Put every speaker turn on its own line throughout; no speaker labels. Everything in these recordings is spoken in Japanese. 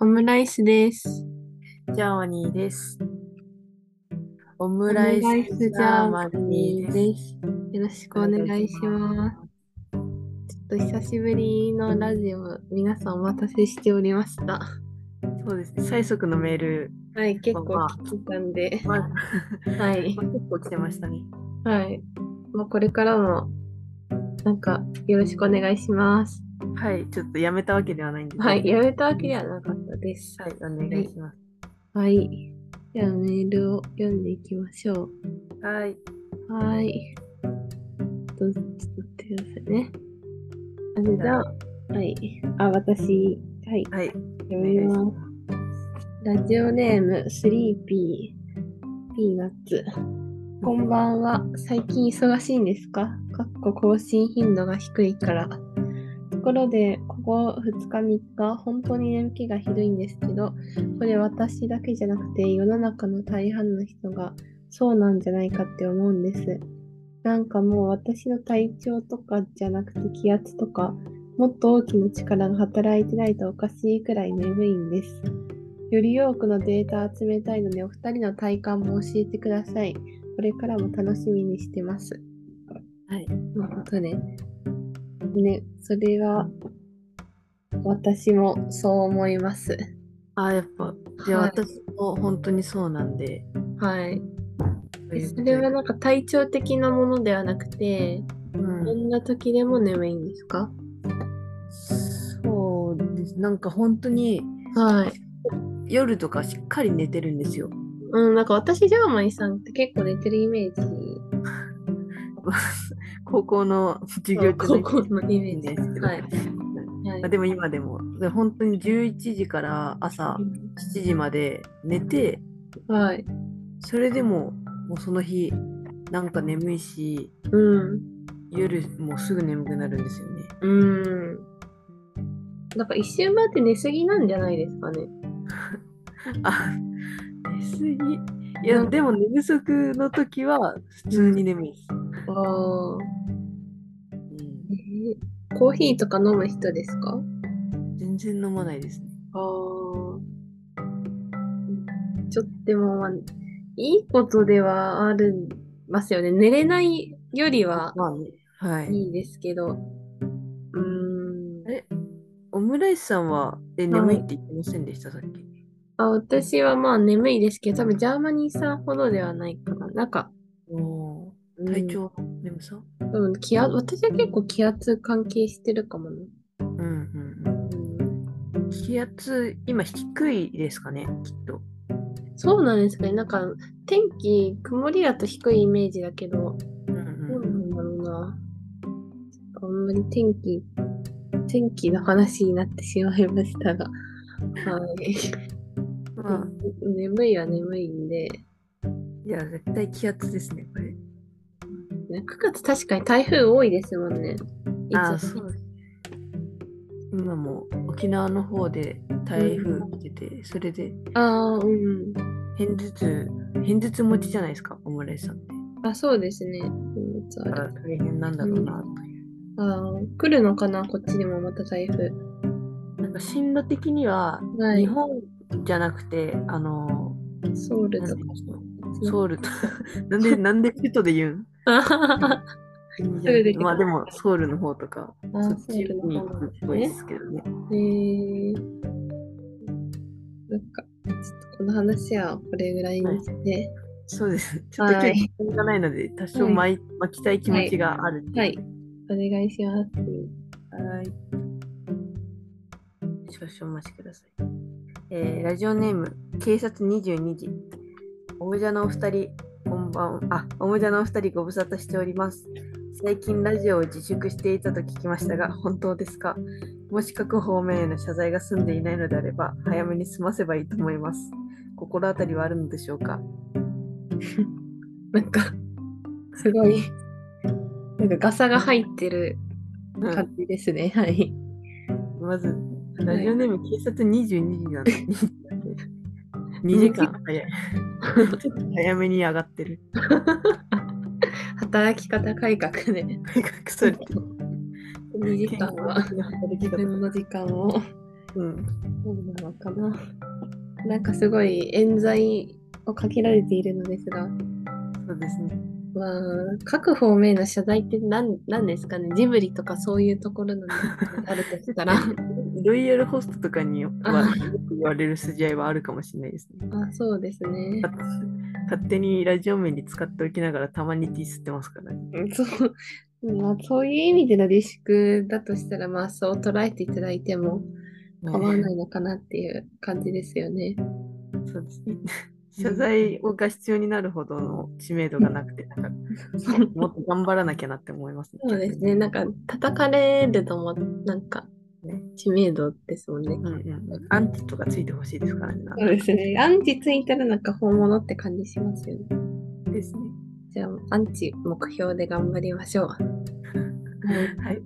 オムライスです。
ジャーマニーです。オムライ
オムライ
ス
ス
ジ
ジャ
ャー
ー
マ
マ
ニ
ニ
ー
ー
で
です。よろし
す。。
くお願いしますす。ちょっと久しぶりのラジオ、皆さんお待たせしておりました。
そうですね。最速のメール、
はい、結
ま
構
あ
聞いたんで、
まあ、
はい、
結構来てましたね。
はい。まあ、これからも、なんか、よろしくお願いします。
はい、ちょっとやめたわけではないんですけど。
はい、やめたわけではなかったです。
はい、お願いします。
はい。じゃあ、メールを読んでいきましょ
はい。
う。はい。ちょっと、ちょっと待ってくださいね。あれだ。はい。あ、私、はい。
はい。
読みます。ラジオネーム、スリーピー、ピーナッツ。こんばんは。最近忙しいんですかかっこ更新頻度が低いから。ところで、ここ2日3日、本当に眠気がひどいんですけど、これ私だけじゃなくて世の中の大半の人がそうなんじゃないかって思うんです。なんかもう私の体調とかじゃなくて気圧とか、もっと大きな力が働いてないとおかしいくらい眠いんです。より多くのデータ集めたいので、お二人の体感も教えてください。これからも楽しみにしてます。
はい。
ということで、ね、それは私もそう思います。
あー、やっぱ、じゃあ
はい
私も本当にそうなんで。
はい。
というこ
そ
と
れ
で
はなんか体調的なものではなくて、
うん
どんな時でも眠いんですか
そうです。なんか本当に
はい。
夜とかしっかり寝てるんですよ。
うん、なんか私、ジャーマイさんって結構寝てるイメージ。
高校の授業中
高校のイメージ
ですけど。
はい。はい
まあ、でも今でもで本当に11時から朝7時まで寝て
はい。
それでももうその日なんか眠いし
うん。
夜もうすぐ眠くなるんですよね
うん。なんか一瞬待って寝すぎなんじゃないですかね。
あ寝すぎいやでも寝不足の時は普通に眠いです、
ああ。
う
えーコーヒーとか飲む人ですか
ん、全然飲まないですね
ああ。ちょっとでも、まあ、いいことではあるますよね。寝れないよりは
まあねはい
いいですけど。うーん。
えオムライスさんはえ眠いって言ってませんでしたさっき
あ私はまあ眠いですけど、多分ジャーマニーさんほどではないかな。なんか、
お
うん
ー体調の眠さ
多分気圧、私は結構気圧関係してるかもね。
うんうん
うん、
うん気圧今低いですかねきっと
そうなんですかね。なんか、天気、曇りだと低いイメージだけど、
う
ど
んう
うんなんだろうな。あんまり天気、天気の話になってしまいましたが。はい。
まあ、
眠いは眠いんで、
いや、絶対気圧ですね、これ。
ね9月確かに台風多いですもんね。いつ
そう今も沖縄の方で台風来てて、それで
あー、うん。
偏頭痛、偏頭痛持ちじゃないですか、オムライスさんって。
あ、そうですね。うんそう
だから大変なんだろうな、という。
あー来るのかなこっちにもまた台風。
なんか進路的には、
はい
日本じゃなくて、あの、
ソウル
な
と
んて
か
言うん。ですかソウルと、 なんで、なんで首都で言うん
あははは
国じ
ソウルで
ゃなくてまあでも、ソウルの方とか、
あ
そっち
ソウル
に
の方
行く
なん
っ
です
ぽい
ね
ですけどね。
えー、なんか、ちょっとこの話はこれぐらいにして、
そうです。ちょっと今
はい
日時間がないので、多少
はい
巻い巻きたい気持ちがあるってう
はい、お願いします。
はい。少々お待ちください。えーラジオネーム、警察22時。おもじゃのお二人、こんばんあ、おもじゃのお二人ご無沙汰しております。最近ラジオを自粛していたと聞きましたが、本当ですかもし各方面への謝罪が済んでいないのであれば、早めに済ませばいいと思います。心当たりはあるのでしょうか
なんか、すごい、なんかガサが入ってる
うん
感じですね。はい。
まず、
い
ラジオネーム、警察22時なの に。2時間早い。ちょっと早めに上がってる。
働き方改革で、 ね、
隠されてる。
2時間は
働
自
き方
分の時間を
うん。
どうなのかな。なんかすごい冤罪をかけられているのですが、
そうですね。
まあ、各方面の謝罪って何何ですかねジブリとかそういうところのにあるとしたら。あ
ロイヤルホストとかには
あ
よく言われる筋合いはあるかもしれないですね。
そうですね。
勝手にラジオ面に使っておきながらたまにディスってますからね。
そうまあ、そういう意味での自粛だとしたら、まあ、そう捉えていただいても構わないのかなっていう感じですよね。
そうですね。謝罪をが必要になるほどの知名度がなくて、なんか
そう
もっと頑張らなきゃなって思いますね。
そうですね。なんか、叩かれるとも、なんか、ね知名度ですもんね。
うんうん。アンチとかついてほしいですからね。なんか
そうですね。アンチついたらなんか本物って感じしますよね。
ですね。
じゃあ、アンチ目標で頑張りま しょう。はい。
はい。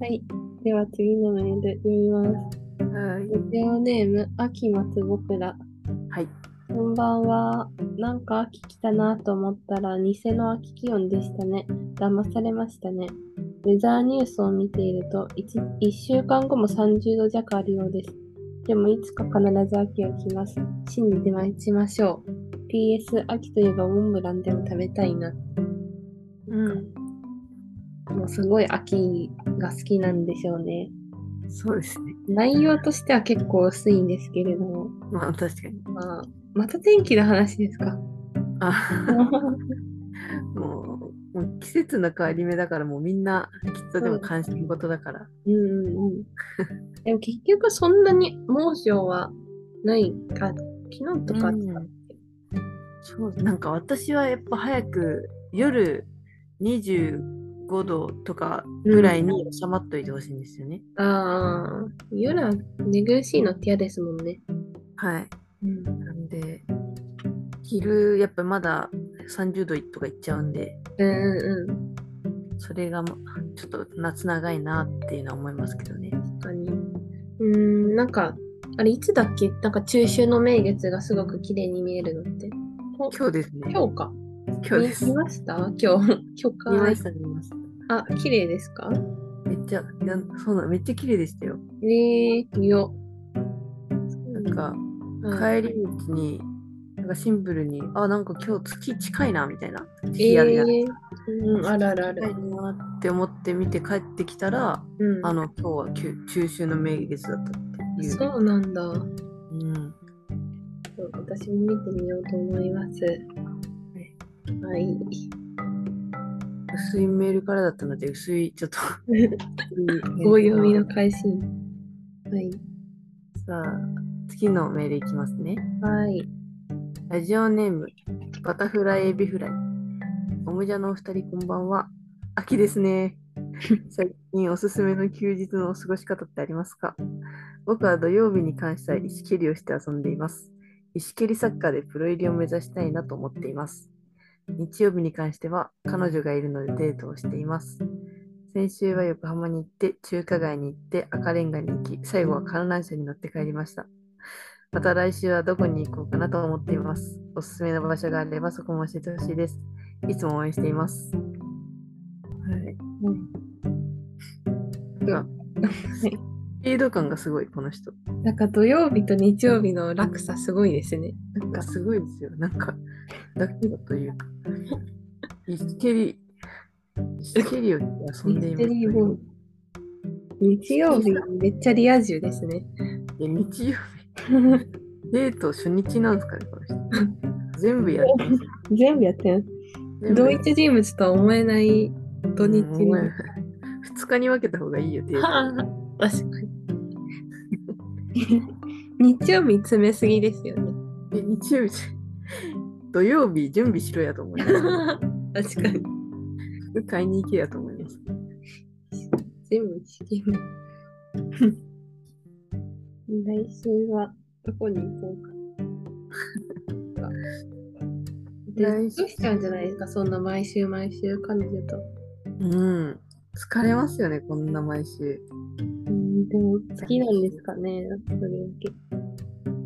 はい、では次のメール読みます。
は
ラ
い。
ジオネーム、秋松僕ら。
はい。
こんばんは。なんか秋来たなと思ったら、偽の秋気温でしたね。騙されましたね。ウェザーニュースを見ていると1、1週間後も30度弱あるようです。でも、いつか必ず秋が来ます。信じて待ちましょう。PS、秋といえばモンブランでも食べたいな。
うん。
もうすごい秋が好きなんでしょうね。
そうですね。
内容としては結構薄いんですけれども、
まあ確かに。
まあ、また天気の話ですか。
あもうもう季節の変わり目だからもうみんなきっとでも関心事だから。
うんうんうん。でも結局そんなに猛暑はないか、昨日とかあったっけ
そうなんか私はやっぱ早く夜25度とかぐらいに収まっといてほしいんですよね。
ああ、夜は寝苦しいのって嫌ですもんね。
はい。
うん。
なんで昼やっぱまだ30度とかいっちゃうんで
うんうんうん。
それがまちょっと夏長いなっていうのは思いますけどね。
確かに。うーん、なんか、あれいつだっけなんか中秋の名月がすごく綺麗に見えるのって。ほ
今日ですね。
今日か。
今日です。
見見ました今日。今日か。
見ました見ました。
あ、綺麗ですか
めっちゃいやそうなのめっちゃ綺麗でしたよ。
えー、見よ
な
う。
んか、
はい、
帰り道に、なんかシンプルに、あ、なんか今日月近いな、みたいな。
え
日あるじゃない
ー、うん、あるあるあ
近い
る。
なって思って見て帰ってきたら、
うん、
あの、今日はきゅ中秋の名月だったっていう。
そうなんだ。
うん。
そう私も見てみようと思います。はい。。
薄いメールからだったので、薄い、ちょっと
棒
ご
読みの返し。はい。
さあ、次のメールいきますね。
はい。
ラジオネーム、バタフライエビフライ。おもじゃのお二人、こんばんは。秋ですね。 最近おすすめの休日のお過ごし方ってありますか僕は土曜日に関しては石蹴りをして遊んでいます。石蹴りサッカーでプロ入りを目指したいなと思っています。日曜日に関しては彼女がいるのでデートをしています。先週は横浜に行って、中華街に行って、赤レンガに行き、最後は観覧車に乗って帰りました。また来週はどこに行こうかなと思っています。おすすめの場所があればそこも教えてほしいです。いつも応援しています。はい。なんかスピード感がすごい、この人。
なんか土曜日と日曜日の落差すごいですね。なん
なん
か
かすごいですよ。なんか、だけだとい うか。石蹴り、石蹴りを遊んでいますと
日
い
曜
う。
日日曜日めっちゃリア充ですね。
いや日曜日、デート初日なんですかね、この 人。全部やってますよ。
全部やってん。
全部
同一人物とは思えない土日
うんお
に。
前二日に分けた方がいいよ、デート。
はあ、確 かに。日曜日詰めすぎですよね。
え日曜日じゃ土曜日準備しろやと思います。
確かに。
服買いに行けやと思います。
全部チキン。 来週はどこに行こう か。で、
来週
どうしちゃうんじゃないですか、そんな毎週毎週彼女と。
うん。疲れますよね、こんな毎週。
うん、でも好きなんですかね、それだけ。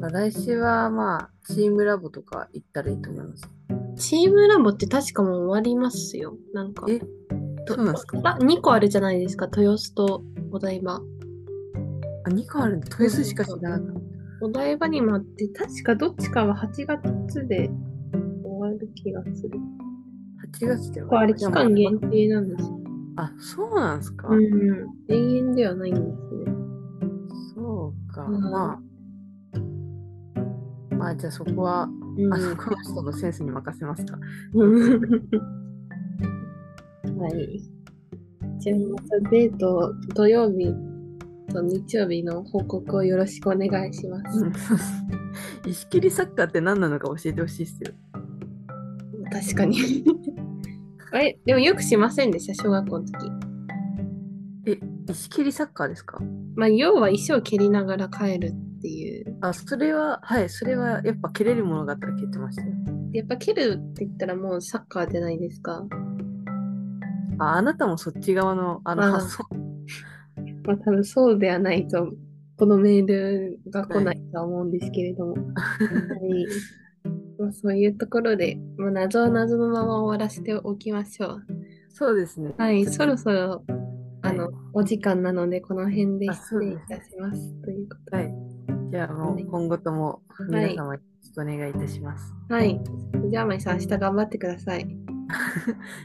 まあ、来週はまあ、チームラボとか行ったらいいと思います。
チームラボって確かもう終わりますよ。なんか。
え
と
そうなんですか
あ ?2 個あるじゃないですか、豊洲とお台場。
あ、2個あるんだ。豊洲しか知らなかった。
お台場にもあって、確かどっちかは8月で終わる気がする。
8月で
これあれ期間限定なんですよ。
あ、そうなんですか、
うん。永遠ではないんですね。
そうか。
うん
まあ。まあ、じゃあそこは、
うん
あそこの人のセンスに任せますか。
はい。じゃあ、またデート、土曜日と日曜日の報告をよろしくお願いします。
石切りサッカーって何なのか教えてほしいっすよ。
確かに。 え、でもよくしませんでした、小学校の時。
石切りサッカーですか
まあ、要は石を蹴りながら帰るっていう。
あ、それは、はい、それはやっぱ蹴れるものがあったら蹴ってましたよ。
やっぱ蹴るって言ったらもうサッカーじゃないですか。
あ、あなたもそっち側の、あ
あ
の
ー
発想。
まあ、多分そうではないと、このメールが来ないとは思うんですけれど も。はい。まあ、そういうところで、まあ、謎は謎のまま終わらせておきましょう。
そうですね。
はい、そろそろ、あの、
は
お時間なので、この辺で
あ
失
そう
礼
で
い
す
たします。ということ
はい。じゃあもう今後とも皆様よろしくお願いいたします。
で。はい。じゃあ、まいさん、明日頑張ってくださ い。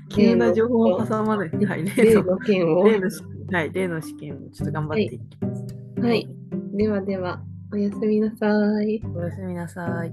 急な情報を挟まない。はい、例
例
の、
の件を。
例の試験、はい、例の試験をちょっと頑張っていきます。
はい。ではでは、おやすみなさい。
おやすみなさい。